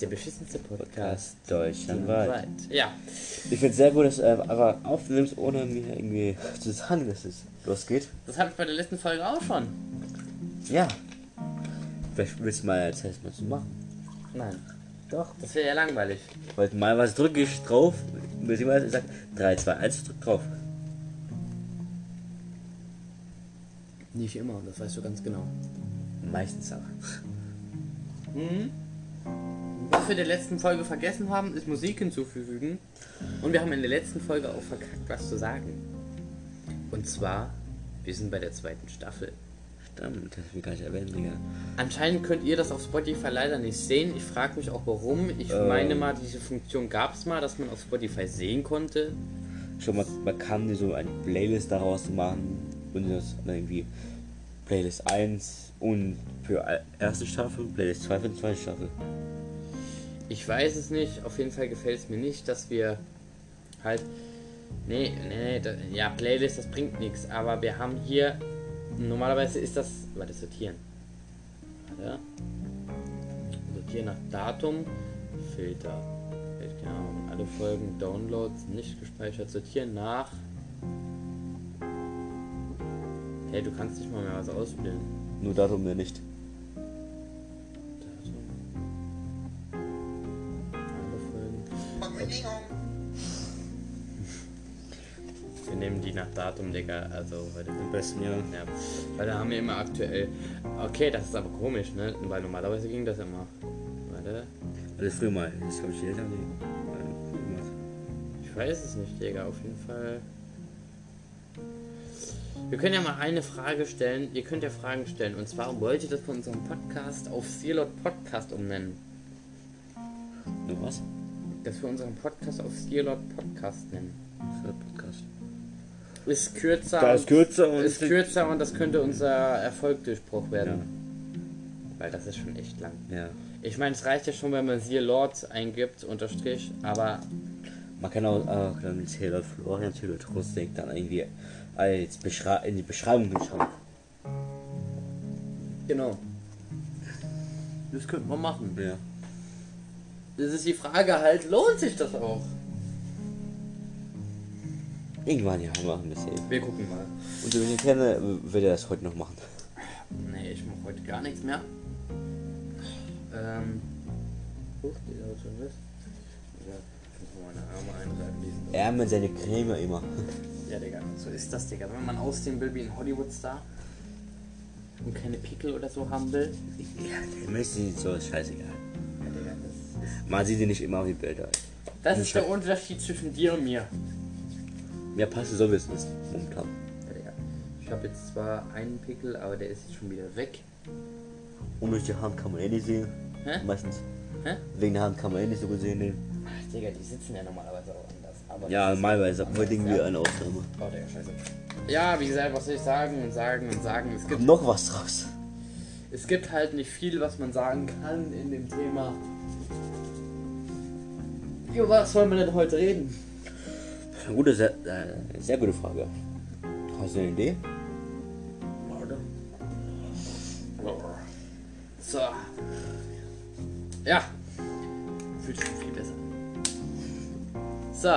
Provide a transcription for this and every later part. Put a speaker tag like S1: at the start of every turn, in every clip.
S1: der beschissenste Podcast deutschlandweit.
S2: Ja.
S1: Ich finde sehr gut, dass du einfach aufnimmst, ohne mir irgendwie zu sagen, dass es losgeht.
S2: Das hatte ich bei der letzten Folge auch schon.
S1: Ja. Vielleicht willst du mal erzählen, was du machen.
S2: Nein.
S1: Doch.
S2: Das wäre ja langweilig.
S1: Weil mal was drücke ich drauf, beziehungsweise ich sag 3, 2, 1, drück drauf.
S2: Nicht immer, das weißt du ganz genau.
S1: Meistens aber.
S2: Mhm. Was wir in der letzten Folge vergessen haben, ist Musik hinzufügen. Und wir haben in der letzten Folge auch verkackt, was zu sagen. Und zwar, wir sind bei der zweiten Staffel.
S1: Stimmt, das will ich gar nicht erwähnen, Digga.
S2: Anscheinend könnt ihr das auf Spotify leider nicht sehen. Ich frage mich auch warum. Ich meine mal, diese Funktion gab es mal, dass man auf Spotify sehen konnte.
S1: Schon mal, man kann die so eine Playlist daraus machen und das dann irgendwie Playlist 1 und für all- erste Staffel, Playlist 2 für die zweite Staffel.
S2: Ich weiß es nicht. Auf jeden Fall gefällt es mir nicht, dass wir halt. Nee, nee, nee. Da, ja, Playlist, das bringt nichts. Aber wir haben hier. Normalerweise ist das. Warte, sortieren. Warte. Sortieren nach Datum. Filter. Fällt Keine Ahnung. Alle Folgen, Downloads, nicht gespeichert. Sortieren nach. Hey, du kannst nicht mal mehr was auswählen.
S1: Nur darum mir nicht.
S2: Datum. Alle Folgen. Wir nehmen die nach Datum, Digga. Also heute sind
S1: besten, ja.
S2: ja, weil da haben wir immer aktuell. Okay, das ist aber komisch, ne? Weil normalerweise ging das immer. Warte.
S1: Also früher mal, das habe ich die Eltern nicht. äh, gemacht.
S2: Ich weiß es nicht, Digga. Auf jeden Fall. Wir können ja mal eine Frage stellen. Ihr könnt ja Fragen stellen. Und zwar wollt ihr, dass wir unseren Podcast auf Sealot Podcast umnennen.
S1: Nur was?
S2: Dass wir unseren Podcast auf Sealot Podcast nennen.
S1: Das ist der Podcast.
S2: Ist kürzer.
S1: Da ist kürzer und
S2: ist kürzer und das könnte unser Erfolgdurchbruch
S1: Ja.
S2: werden. Weil das ist schon echt lang.
S1: ja.
S2: Ich meine, es reicht ja schon, wenn man Seal Lords eingibt, unterstrich, aber
S1: Man kann auch, auch dann mit Taylor Florian, Taylor Trustig dann irgendwie als Beschrei in die Beschreibung schauen.
S2: genau. Das könnte man machen.
S1: Ja.
S2: Das ist die Frage halt, lohnt sich das auch?
S1: Irgendwann ja machen wir das eben.
S2: Wir gucken mal.
S1: Und wenn ich ihn kenne, w- äh, wird er das heute noch machen.
S2: Nee, ich mache heute gar nichts mehr. Ähm. Huch, die dauert schon was. Ja, ich muss mal meine Arme einreiben, die sind
S1: Er mit seine Creme immer.
S2: Ja, Digga, so ist das, Digga. Wenn man aussehen will wie ein Hollywood-Star und keine Pickel oder so haben will.
S1: Ja, der Mensch sieht so ist scheißegal.
S2: Ja, Digga, das
S1: Man sieht ihn nicht immer auf die Bilder.
S2: das ist der Unterschied zwischen dir und mir.
S1: Mir passt es so, wie es ist. Momentan.
S2: Ja, Digga. Ich habe jetzt zwar einen Pickel, aber der ist jetzt schon wieder weg.
S1: Und durch die Hand kann man eh nicht sehen.
S2: Hä?
S1: Meistens.
S2: Hä?
S1: Wegen der Hand kann man eh nicht so gut sehen. Den.
S2: Ach, Digga, die sitzen ja normalerweise auch anders. Aber
S1: Ja,
S2: das ist-
S1: malweise. Aber heute irgendwie eine Ausnahme.
S2: Oh, Digga, scheiße. Ja, wie gesagt, was soll ich sagen und sagen und sagen? Es gibt,
S1: Noch was raus.
S2: es gibt halt nicht viel, was man sagen kann in dem Thema. Jo, was wollen wir denn heute reden?
S1: Gute, sehr, äh, sehr gute Frage. Hast du eine Idee?
S2: So. Ja. Fühlt sich viel besser. So.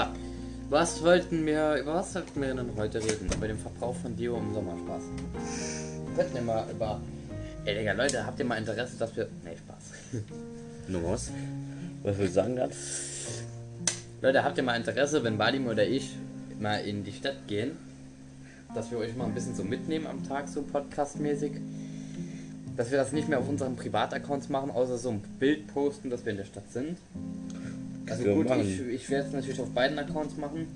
S2: Was wollten wir, über was sollten wir denn heute reden? Über den Verbrauch von Deo im Sommerspaß. Könnten wir mal über... Ey, Digga, Leute, habt ihr mal Interesse, dass wir... Nee, Spaß.
S1: Noch was? Was willst du sagen gerade?
S2: Leute, habt ihr mal Interesse, wenn Vadim oder ich mal in die Stadt gehen, dass wir euch mal ein bisschen so mitnehmen am Tag, so podcastmäßig? Dass wir das nicht mehr auf unseren Privataccounts machen, außer so ein Bild posten, dass wir in der Stadt sind. Also
S1: wir
S2: gut,
S1: machen.
S2: ich, ich werde es natürlich auf beiden Accounts machen,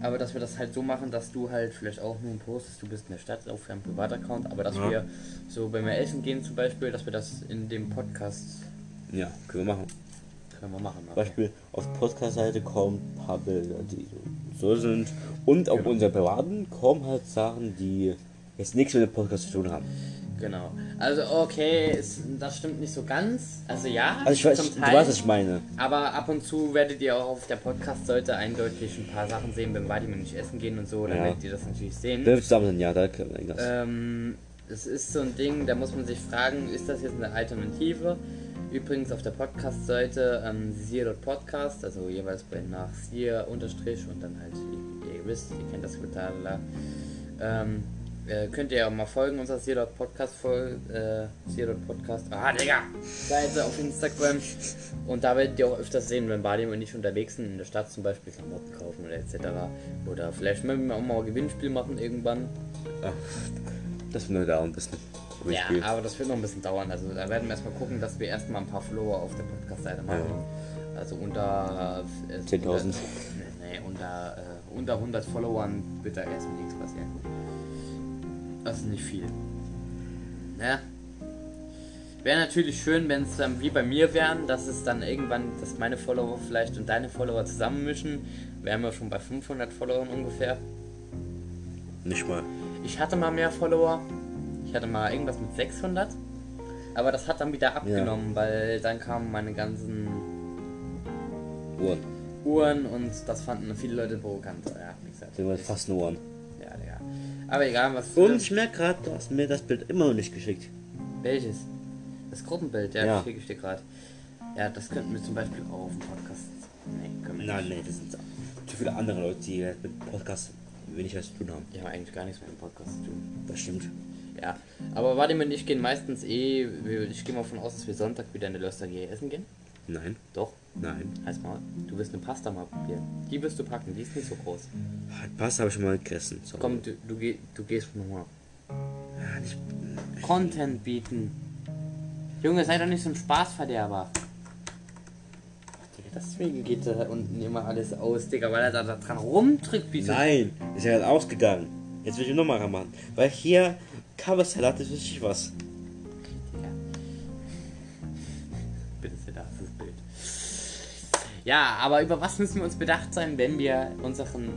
S2: aber dass wir das halt so machen, dass du halt vielleicht auch nur postest, du bist in der Stadt auf deinem Privataccount, aber dass
S1: Ja.
S2: wir so, wenn wir essen gehen zum Beispiel, dass wir das in dem Podcast
S1: Ja, können wir machen.
S2: können wir machen. okay.
S1: Beispiel auf Podcast-Seite kommen ein paar Bilder, die so sind. Und auf unserer privaten kommen halt Sachen, die jetzt nichts mit dem Podcast zu tun haben.
S2: Genau. Also okay, es, das stimmt nicht so ganz. Also ja,
S1: Also ich weiß,
S2: zum
S1: du
S2: Teil.
S1: weißt, was ich meine.
S2: aber ab und zu werdet ihr auch auf der Podcast-Seite eindeutig ein paar Sachen sehen, wenn Vadim und ich essen gehen und so, dann
S1: Ja.
S2: werdet ihr das natürlich
S1: Wenn
S2: sehen.
S1: wir zusammen sind, ja, da können wir irgendwas.
S2: Ähm, es ist so ein Ding, da muss man sich fragen, ist das jetzt eine Alternative? Übrigens auf der Podcast-Seite ähm, Sier.podcast, also jeweils bei nach Sier unterstrich und dann halt, ihr, ihr wisst, ihr kennt das Gutadler. Ähm, äh, könnt ihr auch mal folgen, unserer Sier.podcast Folge, äh, Sier.podcast, ah Digga, Seite auf Instagram. Und da werdet ihr auch öfters sehen, wenn Badim und ich unterwegs sind, in der Stadt zum Beispiel Klamotten kaufen oder etc. Oder vielleicht mögen wir auch mal ein Gewinnspiel machen irgendwann.
S1: Ach, das wird nur da ein bisschen.
S2: Ja,
S1: Spiel.
S2: aber das wird noch ein bisschen dauern. Also da werden wir erstmal gucken, dass wir erstmal ein paar Follower auf der Podcast-Seite machen. Also unter äh,
S1: 10.000.
S2: Nee, nee, unter, äh, unter 100 Followern wird da erstmal nichts passieren. Das ist nicht viel. Ne? Wäre natürlich schön, wenn es dann wie bei mir wären, dass es dann irgendwann, dass meine Follower vielleicht und deine Follower zusammenmischen. Wären wir schon bei 500 Followern ungefähr.
S1: Nicht mal.
S2: Ich hatte mal mehr Follower. Ich hatte mal irgendwas mit 600. Aber das hat dann wieder abgenommen, weil dann kamen meine ganzen
S1: Uhren.
S2: Uhren und das fanden viele Leute provokant. Ja, wie gesagt.
S1: Sind wir fast nur Uhren.
S2: Ja, Digga. Aber egal, was.
S1: Und ich merke gerade, du hast mir das Bild immer noch nicht geschickt.
S2: Welches? Das Gruppenbild, ja,
S1: Ja.
S2: das schicke ich dir gerade. Ja, das könnten wir zum Beispiel auch auf dem Podcast. Nee, können wir
S1: Nein,
S2: nicht.
S1: nee, das sind zu viele andere Leute, die mit Podcast wenig was zu tun haben.
S2: Die haben eigentlich gar nichts mit dem Podcast zu tun.
S1: Das stimmt.
S2: Ja, aber Vadim und ich gehen meistens eh, wir- ich gehe mal von aus, dass wir Sonntag wieder in der Löster G essen gehen.
S1: Nein,
S2: Doch,
S1: nein.
S2: Heiß mal, du wirst eine Pasta mal probieren. Die wirst du packen, die ist nicht so groß.
S1: Pasta habe ich schon mal gegessen. Sorry.
S2: Komm, du, du, geh, du gehst von Hunger.
S1: Ja, nicht-
S2: Content bieten. Junge, sei doch nicht so ein Spaßverderber. Ach, Digga, deswegen geht da unten immer alles aus, Digga, weil er da, da dran rumdrückt wie so.
S1: Nein, ist ja gerade ausgegangen. Jetzt will ich ihn nochmal machen. Weil hier Kabelsalat ist richtig was.
S2: Ja. Bitte sehr, da ist das Bild. Ja, aber über was müssen wir uns bedacht sein, wenn wir unseren.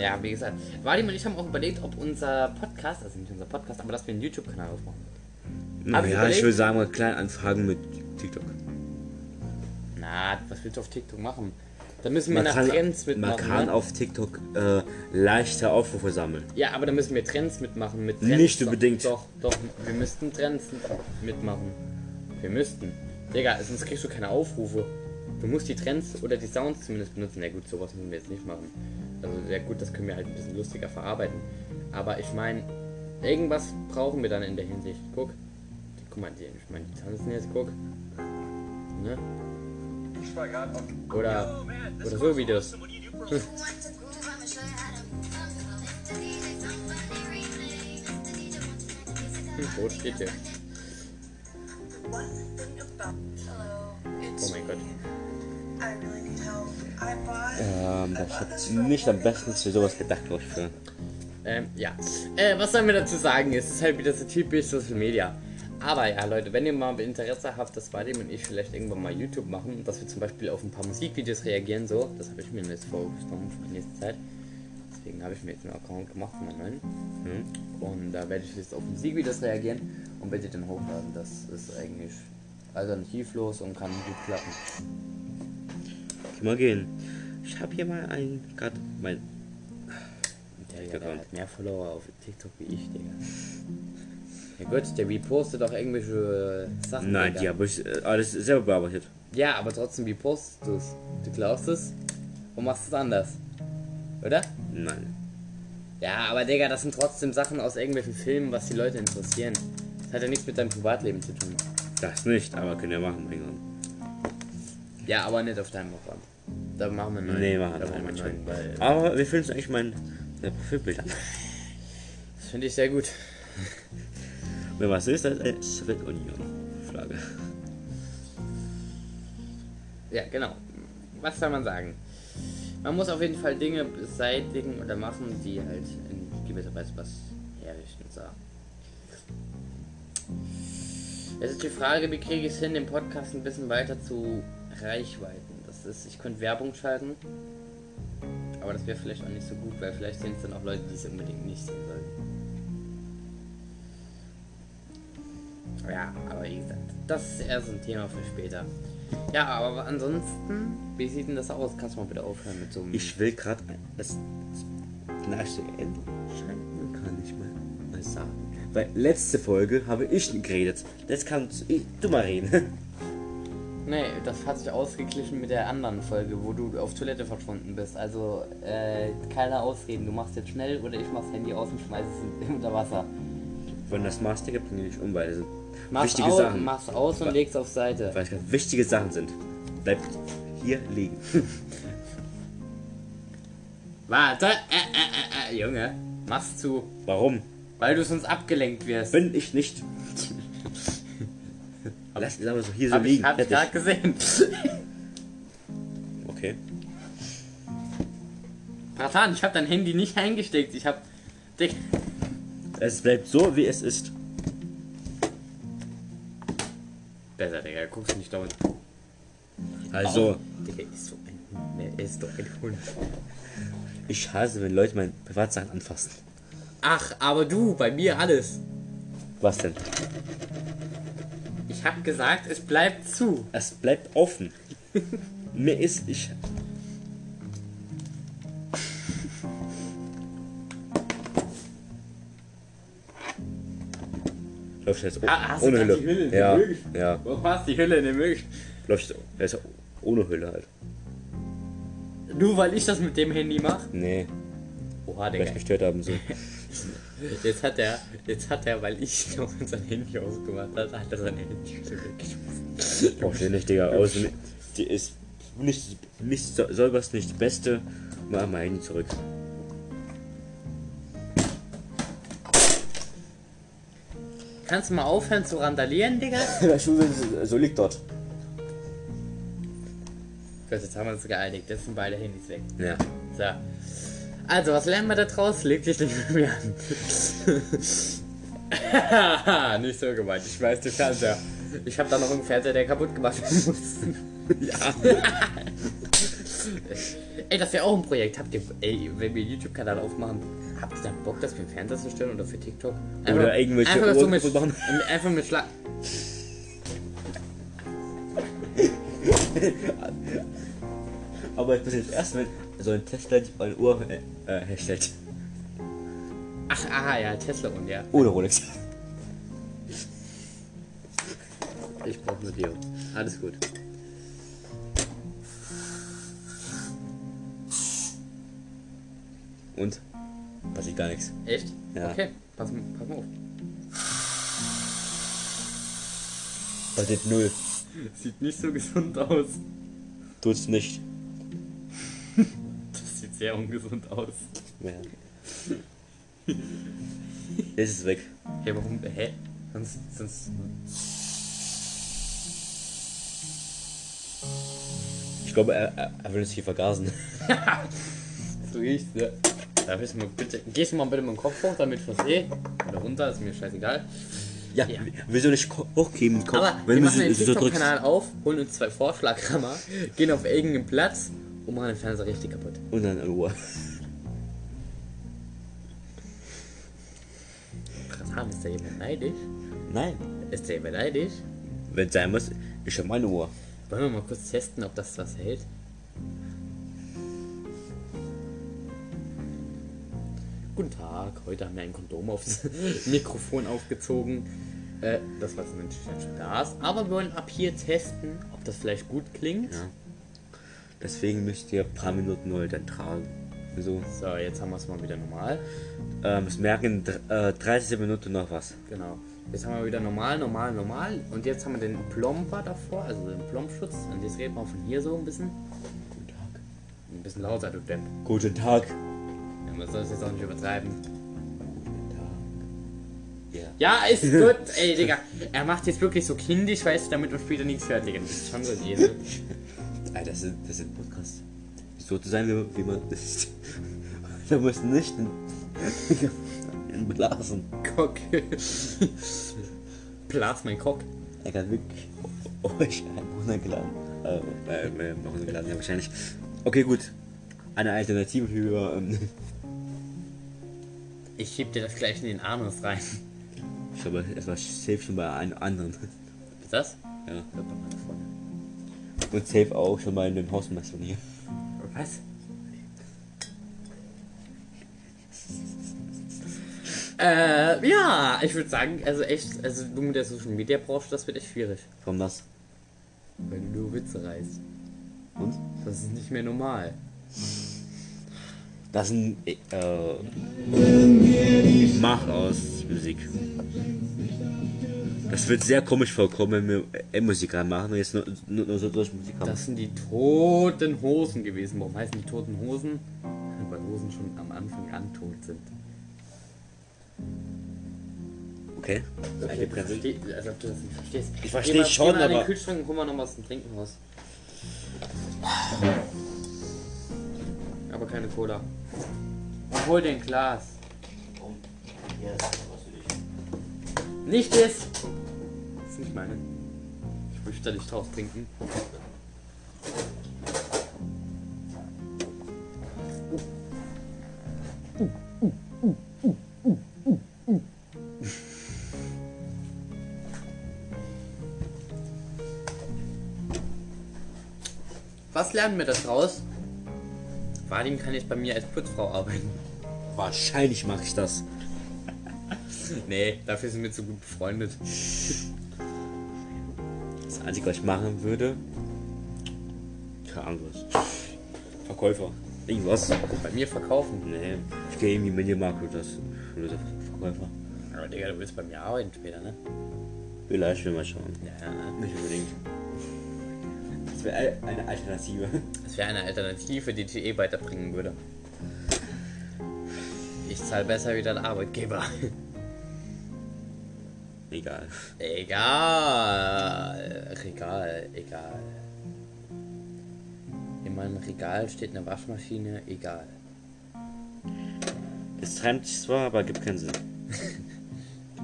S2: Ja, wie gesagt, Vadim und ich haben auch überlegt, ob unser Podcast, also nicht unser Podcast, aber dass wir einen YouTube-Kanal aufmachen. Hab ich
S1: ja, ich
S2: überlegt.
S1: würde sagen, mal klein anfragen mit TikTok.
S2: Na, was willst du auf TikTok machen? Da müssen wir
S1: Man
S2: nach
S1: kann,
S2: Trends mitmachen.
S1: man kann
S2: ne?
S1: auf TikTok äh, leichter Aufrufe sammeln.
S2: ja, aber da müssen wir Trends mitmachen. Mit Trends.
S1: Nicht
S2: Doch,
S1: unbedingt.
S2: Doch, doch, wir müssten Trends mitmachen. Wir müssten. Digga, sonst kriegst du keine Aufrufe. Du musst die Trends oder die Sounds zumindest benutzen. Na gut, sowas müssen wir jetzt nicht machen. Also, ja gut, das können wir halt ein bisschen lustiger verarbeiten. Aber ich meine, irgendwas brauchen wir dann in der Hinsicht. Guck. Guck mal, die, ich meine, die tanzen jetzt, guck. Ne? Oder, oder so Videos. Hm, wo steht der?
S3: Oh
S2: Oh mein Gott.
S1: Ähm, das hat nicht am besten für sowas gedacht, glaube ich. Für.
S2: Ähm, ja. Äh, was soll man dazu sagen? Es ist halt wieder so typisch Social Media. Aber ja, Leute, wenn ihr mal Interesse habt, dass Vadim und ich vielleicht irgendwann mal YouTube machen und dass wir zum Beispiel auf ein paar Musikvideos reagieren, so, das habe ich mir jetzt vorgenommen für die nächste Zeit. Deswegen habe ich mir jetzt einen Account gemacht, einen neuen. Hm. Und da werde ich jetzt auf Musikvideos reagieren und werde die dann hochladen. Das ist eigentlich alternativlos und kann gut klappen.
S1: Kann mal gehen. Ich habe hier mal einen, gerade mein
S2: Der,
S1: TikTok
S2: der
S1: an.
S2: hat mehr Follower auf TikTok wie ich, Digga. Ja gut, der repostet auch irgendwelche äh, Sachen.
S1: Nein,
S2: Digga.
S1: die habe ich äh, alles selber bearbeitet.
S2: Ja, aber trotzdem repostest du es. Du klaust es und machst es anders. Oder?
S1: Nein.
S2: Ja, aber Digga, das sind trotzdem Sachen aus irgendwelchen Filmen, was die Leute interessieren. Das hat ja nichts mit deinem Privatleben zu tun.
S1: Das nicht, aber können wir machen, mein Gott.
S2: Ja, aber nicht auf deinem Aufwand. Da machen wir einen neuen.
S1: Nee, machen
S2: da
S1: wir
S2: machen wir einen neuen, weil
S1: Aber wir finden eigentlich mein äh, Profilbild.
S2: Das finde ich sehr gut.
S1: Wenn was ist, dann ist es Union-Flagge.
S2: Ja, genau. Was soll man sagen? Man muss auf jeden Fall Dinge beseitigen oder machen, die halt in gewisser Weise was herrichten. So. Es ist die Frage, wie kriege ich es hin, den Podcast ein bisschen weiter zu Reichweiten. Das ist, ich könnte Werbung schalten, aber das wäre vielleicht auch nicht so gut, weil vielleicht sehen es dann auch Leute, die es unbedingt nicht sehen sollten. Ja, aber wie gesagt, das ist eher so ein Thema für später. Ja, aber ansonsten, wie sieht denn das aus? Kannst du mal bitte aufhören mit so einem.
S1: Ich will gerade das gleiche Ende. Scheinbar kann ich mal was sagen. Weil letzte Folge habe ich geredet. Jetzt kannst ich- du mal reden.
S2: Nee, das hat sich ausgeglichen mit der anderen Folge, wo du auf Toilette verschwunden bist. Also, äh, keine Ausreden. Du machst jetzt schnell oder ich mach's Handy aus und schmeiß es in- unter Wasser.
S1: Wenn das machst, Digga, bring dich um, weil das sind
S2: Mach's
S1: wichtige
S2: aus,
S1: Sachen.
S2: mach's aus und leg's auf Seite.
S1: Weil es wichtige Sachen sind. Bleibt hier liegen.
S2: Warte, äh, äh, äh, äh, Junge, mach's zu,
S1: Warum?
S2: weil du sonst abgelenkt wirst.
S1: Bin ich nicht. Lass es aber so hier so
S2: hab ich,
S1: liegen.
S2: hab ich grad
S1: Fertig.
S2: gesehen.
S1: Okay.
S2: Bratan, ich hab dein Handy nicht eingesteckt. Ich hab. Dick.
S1: Es bleibt so, wie es ist.
S2: Besser, Digga, guckst nicht dauernd.
S1: Also,
S2: Digga, ist so ein Hund. Er ist doch ein Hund.
S1: ich hasse, wenn Leute meine Privatsachen anfassen.
S2: Ach, aber du, bei mir alles.
S1: Was denn?
S2: Ich hab gesagt, es bleibt zu.
S1: Es bleibt offen. Mir ist ich. Läuft jetzt oh-
S2: Ah, hast du
S1: ohne
S2: grad
S1: Hülle.
S2: die Hülle in den
S1: ja,
S2: Müll
S1: ja.
S2: Warum hast du die Hülle in den Müll?
S1: Läuft jetzt also ohne Hülle halt.
S2: Nur weil ich das mit dem Handy mach?
S1: Nee,
S2: Oha,
S1: weil ich
S2: Digga.
S1: gestört haben soll.
S2: Jetzt hat er, jetzt hat er, weil ich noch sein Handy ausgemacht hat, hat er sein Handy zurückgeschmissen.
S1: Brauchst du nicht, Digga. Außen, die ist nicht, nicht säuberst nicht die beste. Mach mein Handy zurück.
S2: Kannst du mal aufhören zu randalieren, Digga?
S1: so liegt dort.
S2: Gut, jetzt haben wir uns geeinigt. Jetzt sind beide Handys weg.
S1: Ja.
S2: So. Also, was lernen wir da draus? Leg dich nicht mit mir an. nicht so gemeint. Ich weiß, du kannst ja. Ich habe da noch einen Fernseher, der kaputt gemacht werden musste. Ey, das wäre auch ein Projekt. Habt ihr, ey, wenn wir einen YouTube-Kanal aufmachen, habt ihr dann Bock, das für den Fernseher zu stellen oder für TikTok?
S1: Oder irgendwelche
S2: einfach so
S1: Ohren
S2: mit,
S1: kaputt machen?
S2: Einfach mit Schlag.
S1: Aber das passiert erst, wenn so ein Tesla die eine Uhr äh, äh, herstellt.
S2: Ach, aha, ja, Tesla und ja.
S1: Ohne Rolex.
S2: Ich brauche nur Deo. Alles gut.
S1: Und? Passiert gar nichts.
S2: Echt?
S1: Ja.
S2: Okay, pass, mal- pass mal auf.
S1: Passiert null.
S2: Sieht nicht so gesund aus.
S1: Tut's nicht.
S2: Das sieht sehr ungesund aus.
S1: Ja. Jetzt ist es weg.
S2: Hey, warum? Hä? Sonst, sonst.
S1: Ich glaube, er, er, er will uns hier vergasen.
S2: So riecht's, ne? Darf ich mal bitte. Gehst du mal bitte mit dem Kopf hoch, damit ich was sehe? Oder runter, ist mir scheißegal.
S1: Ja,
S2: Ja.
S1: w- wieso nicht ko- hochgeben? Komm,
S2: Aber wir
S1: wenn du
S2: machen
S1: so,
S2: den
S1: so drückst.
S2: TikTok-Kanal auf, holen uns zwei Vorschlaghammer, gehen auf irgendeinen Platz und machen den Fernseher richtig kaputt.
S1: Und dann eine Uhr.
S2: Krass, ist da jemand neidisch?
S1: Nein.
S2: Ist da jemand neidisch?
S1: Wenn sein muss, ich habe meine Uhr.
S2: Wollen wir mal kurz testen, ob das was hält? Guten Tag, heute haben wir ein Kondom aufs Mikrofon aufgezogen. Äh, das war jetzt natürlich ein Spaß, aber wir wollen ab hier testen, ob das vielleicht gut klingt.
S1: Ja. Deswegen müsst ihr ein paar Minuten neu dann tragen. So.
S2: So, jetzt haben wir es mal wieder normal.
S1: Ähm, es merken dr- äh, 30 Minuten noch was.
S2: Genau. Jetzt haben wir wieder normal, normal, normal. Und jetzt haben wir den Plomber davor, also den Plombschutz. Und jetzt reden wir von hier so ein bisschen.
S1: Guten Tag.
S2: Ein bisschen lauter, du Depp.
S1: Guten Tag.
S2: Ja, man soll es jetzt auch nicht übertreiben.
S1: Guten Tag. Ja.
S2: Ja, ist gut. Ey, Digga. Er macht jetzt wirklich so kindisch, weißt du, damit man später nichts hört, Digga. Das ist schon so ein Esel.
S1: Alter, das sind, das sind Podcasts. So zu sein, wie man, wie man ist. Da muss nicht in- in blasen.
S2: Kock. Blas mein Kock.
S1: Er hat wirklich euch einen runtergeladen. Äh, äh, äh, runtergeladen, ja, wahrscheinlich. Okay, gut. Eine Alternative für. Ähm,
S2: Ich schieb dir das gleich in den Anus rein.
S1: ich glaube, es war safe schon bei einem anderen.
S2: Ist das?
S1: Ja.
S2: Hört man meine Freunde.
S1: Und safe auch schon mal in dem Hausmeister hier.
S2: Was? Äh, ja, ich würde sagen, also echt, also du mit der Social Media Branche, das wird echt schwierig.
S1: Komm, das.
S2: Weil du nur Witze reißt.
S1: Und?
S2: Das ist nicht mehr normal.
S1: Das ist ein äh, Mach aus Musik. Das wird sehr komisch vorkommen, wenn wir äh, Musik reinmachen und jetzt nur, nur, nur so durch Musik haben.
S2: Das sind die toten Hosen gewesen. Warum heißen die toten Hosen? Weil Hosen schon am Anfang an tot sind.
S1: okay. Das ergibt keinen Sinn.
S2: Also, Versteh- als ob du das nicht verstehst.
S1: Ich versteh schon,
S2: geh mal an
S1: aber-
S2: den Kühlschrank und hol mal noch was zum Trinken raus. Aber keine Cola. Und hol den Glas. Nicht das! Das ist nicht meine. Ich möchte da nicht draus trinken. Was lernen wir da draus? Vadim kann jetzt bei mir als Putzfrau arbeiten.
S1: Wahrscheinlich mache ich das.
S2: Nee, dafür sind wir zu gut befreundet.
S1: Das einzige, was ich machen würde. Keine Ahnung was. Verkäufer. Irgendwas.
S2: Bei mir verkaufen.
S1: Nee. Ich gehe irgendwie mit dir, Marco, das das ist Verkäufer.
S2: Aber Digga, du willst bei mir arbeiten später, ne?
S1: Vielleicht will mal schauen.
S2: Ja.
S1: Nicht unbedingt. Das wäre eine Alternative.
S2: Das wäre eine Alternative, die TE weiterbringen würde. Ich zahle besser wie dein Arbeitgeber.
S1: Egal.
S2: Egal. Regal, egal. In meinem Regal steht eine Waschmaschine, egal.
S1: Es reimt sich zwar, aber gibt keinen Sinn.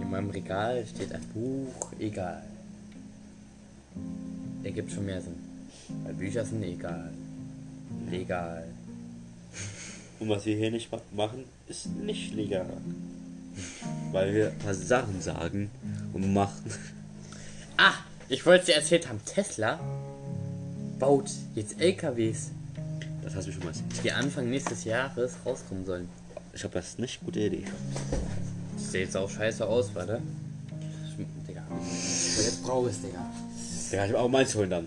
S2: In meinem Regal steht ein Buch, egal. Ergibt schon mehr Sinn. Weil Bücher sind egal. Legal.
S1: Und was wir hier nicht ma- machen, ist nicht legal. Weil wir ein paar Sachen sagen und machen.
S2: Ah, ich wollte es dir erzählt haben. Tesla baut jetzt LKWs,
S1: Das hast du schon mal erzählt.
S2: die Anfang nächstes Jahres rauskommen sollen.
S1: Ich habe das ist nicht gute Idee.
S2: Das sieht jetzt auch scheiße aus, warte. Ich- Digga. Jetzt brauche ich es, Digga.
S1: Ja, ich hab auch meins holen dann.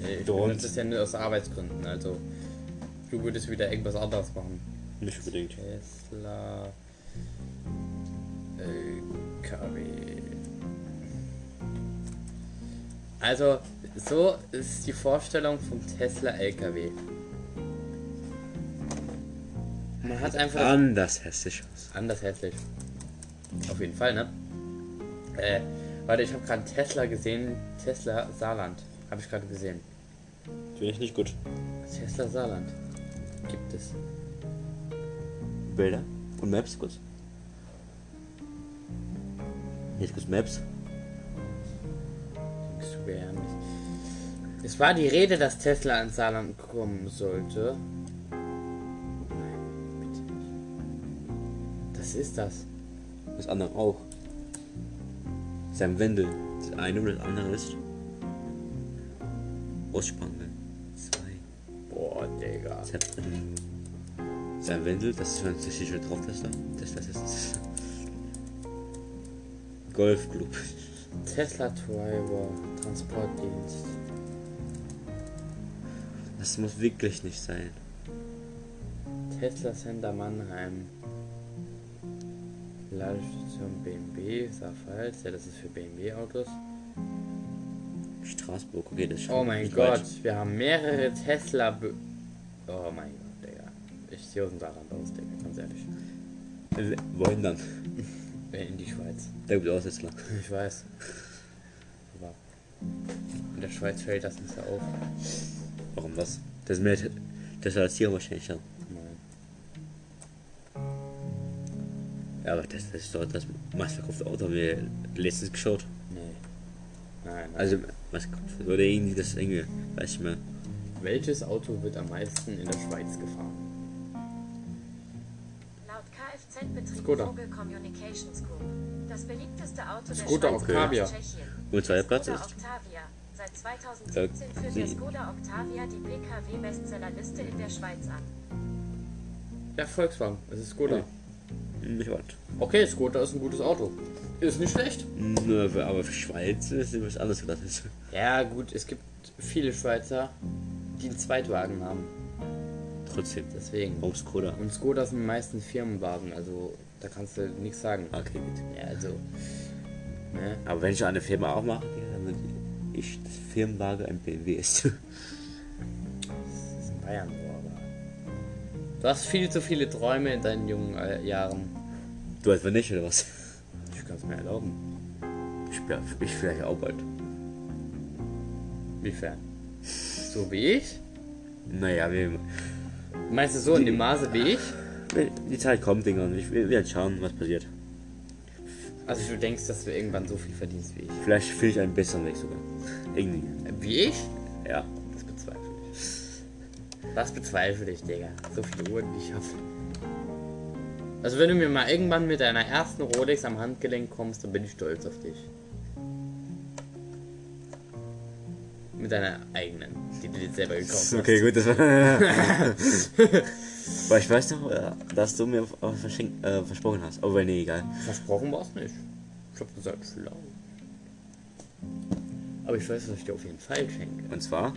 S2: Nee, ich
S1: Du Hund.
S2: benutze es ja nur aus Arbeitsgründen, also. Du würdest wieder irgendwas anderes machen.
S1: Nicht unbedingt.
S2: Tesla. LKW. Also, so ist die Vorstellung vom Tesla LKW. Man hat einfach
S1: Ah.
S2: das
S1: Anders hässlich aus.
S2: Anders hässlich. Auf jeden Fall, ne? Äh, warte, ich habe gerade einen Tesla gesehen. Tesla Saarland. Habe ich gerade gesehen.
S1: Finde ich nicht gut.
S2: Tesla Saarland. Gibt es.
S1: Bilder und Maps kurz. Jetzt kurz Maps.
S2: Denkst du, wir haben nicht- Es war die Rede, dass Tesla ins Saarland kommen sollte. Nein, bitte nicht. Das ist das.
S1: Das andere auch. Sein Wendel. Das eine oder das andere ist. Ausspangen. Zwei.
S2: Boah, Digga.
S1: Sein, sein Wendel, das ist das steht schon drauf, Tesla. Tesla, Tesla, Tesla. Golfclub.
S2: Tesla Driver, Transportdienst.
S1: Das muss wirklich nicht sein.
S2: Tesla Center Mannheim. Ladestation BMW, Saarpfalz. Ja, das ist für BMW-Autos.
S1: Straßburg, okay, das ist schon
S2: Oh mein
S1: nicht
S2: Gott,
S1: weit.
S2: wir haben mehrere Tesla. Bü oh mein Gott, Digga. Ich sehe aus dem Saarland aus, Digga, ganz ehrlich.
S1: Äh, Wohin dann?
S2: Äh, In die Schweiz.
S1: Da gibt es auch Tesla.
S2: Ich weiß. Aber in der Schweiz fällt das nicht so auf.
S1: Warum das? Das ist mehr Te- Tesla als hier wahrscheinlich dann.
S2: Nein.
S1: Ja, aber das, das ist doch das meistverkaufte Auto, haben wir letztens geschaut.
S2: Nee. Nein. nein.
S1: Also, meistverkaufte. Oder irgendwie das irgendwie, weiß ich mehr.
S2: welches Auto wird am meisten in der Schweiz gefahren?
S3: Laut Kfz-Betrieb
S2: Skoda.
S3: Vogel Communications Group. Das beliebteste Auto
S2: Skoda
S3: der Schweiz
S2: Octavia.
S3: nach Tschechien.
S1: Und zweiter Platz
S3: Skoda
S1: ist? Äh,
S3: Octavia. Seit 2017 führt
S1: nee.
S3: der Skoda Octavia die PKW-Bestsellerliste in der Schweiz an.
S2: Ja, Volkswagen. Es ist Skoda.
S1: Nee. bin gespannt.
S2: Okay, Skoda ist ein gutes Auto. Ist nicht schlecht.
S1: Nö, aber für Schweiz ist etwas anderes gedacht.
S2: Ja, gut, es gibt viele Schweizer, die einen Zweitwagen haben.
S1: Trotzdem.
S2: Deswegen.
S1: Warum Skoda?
S2: Und Skoda sind meistens Firmenwagen, also da kannst du nichts sagen.
S1: Okay, gut.
S2: Ja, also. Ne?
S1: Aber wenn ich schon eine Firma aufmache, dann würde ich das Firmenwagen ein BMW
S2: Das
S1: ist.
S2: ist in Bayern so, aber. Du hast viel zu viele Träume in deinen jungen äh, Jahren.
S1: Du etwa nicht, oder was?
S2: Ich kann es mir erlauben.
S1: Ich, ja, ich vielleicht auch bald.
S2: Inwiefern? So wie ich?
S1: Naja, wir,
S2: Meinst du so in dem Maße wie ich?
S1: die Zeit kommt, Dinger, und ich will jetzt schauen, was passiert.
S2: Also du denkst, dass du irgendwann so viel verdienst wie ich.
S1: Vielleicht finde ich einen besseren Weg sogar. Irgendwie.
S2: Äh, Wie ich?
S1: Ja.
S2: Das bezweifle ich. Das bezweifle ich, Digga. So viele Uhren, wie ich habe. Also wenn du mir mal irgendwann mit deiner ersten Rolex am Handgelenk kommst, dann bin ich stolz auf dich. Mit deiner eigenen, die du dir selber gekauft hast.
S1: Okay, gut, das war. Aber ich weiß noch, äh, dass du mir auf- auf verschenk- äh, versprochen hast. Aber nee, egal.
S2: Versprochen war es nicht. Ich hab gesagt, schlau. Aber ich weiß, was ich dir auf jeden Fall schenke.
S1: Und zwar,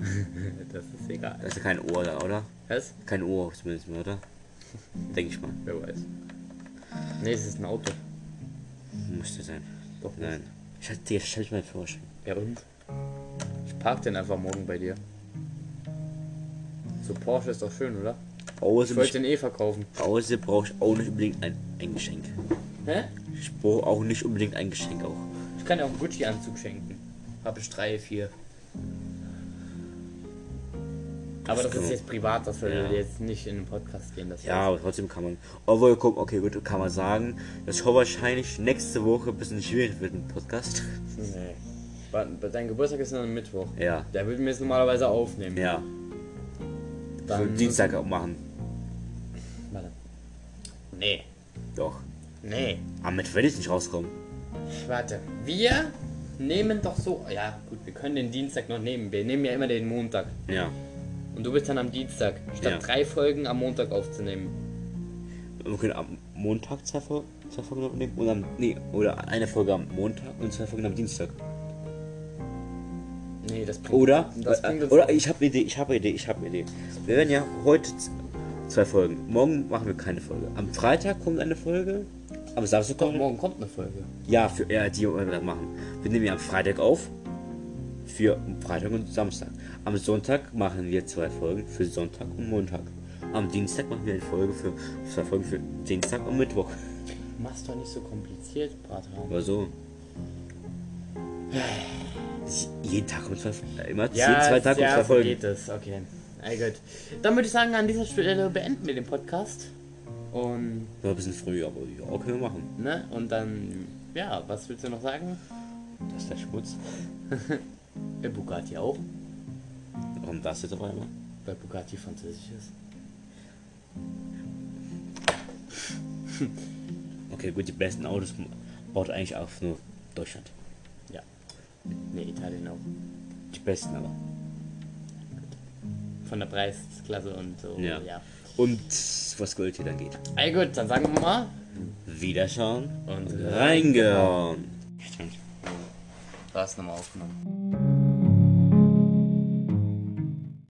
S2: Das ist egal.
S1: das ist kein Ohr da, oder?
S2: Was?
S1: Kein Ohr zumindest mehr, oder? Denke ich mal.
S2: Wer weiß. Nee, es ist ein Auto.
S1: Müsste sein.
S2: Doch,
S1: Nein. Ich hatte dir ich meinen Führerschein.
S2: Ja und? Ich park den einfach morgen bei dir. So Porsche ist doch schön, oder? Ich
S1: Außer,
S2: wollte
S1: ich,
S2: den eh verkaufen.
S1: außer brauche ich auch nicht unbedingt ein, ein Geschenk.
S2: Hä?
S1: Ich brauche auch nicht unbedingt ein Geschenk auch.
S2: Ich kann dir auch einen Gucci-Anzug schenken. Hab ich drei, vier. Aber das ist
S1: kann-
S2: jetzt privat, das soll
S1: Ja.
S2: jetzt nicht in den Podcast gehen. Das
S1: Ja, aber trotzdem kann man. Obwohl, guck, okay, gut, kann man sagen, dass ich wahrscheinlich nächste Woche ein bisschen schwierig wird mit dem Podcast.
S2: Nee. Warte, Dein Geburtstag ist dann am Mittwoch.
S1: Ja.
S2: Da würden wir es normalerweise aufnehmen.
S1: Ja.
S2: Dann
S1: so Dienstag auch machen.
S2: Warte. Nee.
S1: Doch.
S2: Nee.
S1: Am Mittwoch werde ich nicht rauskommen.
S2: Warte. Wir nehmen doch so. Ja, gut, wir können den Dienstag noch nehmen. Wir nehmen ja immer den Montag.
S1: Ja.
S2: Und du bist dann am Dienstag. Statt
S1: Ja.
S2: drei Folgen am Montag aufzunehmen.
S1: Und Wir können am Montag zwei, Fol zwei Folgen aufnehmen. Und am, nee, oder eine Folge am Montag und zwei Folgen am Dienstag.
S2: Nee, das bringt
S1: Oder?
S2: Das
S1: äh,
S2: bringt uns
S1: oder ich habe eine Idee, ich habe eine Idee, ich habe eine Idee. Wir werden ja heute z- zwei Folgen. Morgen machen wir keine Folge. Am Freitag kommt eine Folge. Am Samstag
S2: Doch,
S1: kommt
S2: morgen kommt eine Folge.
S1: Ja, für ja, die wollen wir dann machen. Wir nehmen ja am Freitag auf. Für Freitag und Samstag. Am Sonntag machen wir zwei Folgen für Sonntag und Montag. Am Dienstag machen wir eine Folge für zwei Folgen für Dienstag und Mittwoch.
S2: Mach's doch nicht so kompliziert, Bratham.
S1: Oder so. Ich- Jeden Tag um zwei Folgen. Immer
S2: Ja,
S1: zehn, zwei Tage
S2: ja,
S1: um zwei
S2: so
S1: Folgen.
S2: geht es. Okay. Na gut. Dann würde ich sagen, an dieser Stelle beenden wir den Podcast. Und
S1: War ein bisschen früh, aber ja, können wir machen.
S2: Ne? Und dann, ja, was willst du noch sagen?
S1: Das ist der Schmutz.
S2: Bei Äh, Bugatti auch,
S1: Warum das jetzt auf einmal?
S2: weil Bugatti französisch ist.
S1: Okay, gut, die besten Autos baut eigentlich auch nur Deutschland.
S2: Ja. Ne, Italien auch.
S1: Die besten aber.
S2: Von der Preisklasse und so.
S1: Ja.
S2: ja.
S1: Und was Gold hier dann geht.
S2: Ey, gut, dann sagen wir mal.
S1: Wiederschauen
S2: Und
S1: und reingehauen. Stimmt.
S2: Du hast nochmal aufgenommen.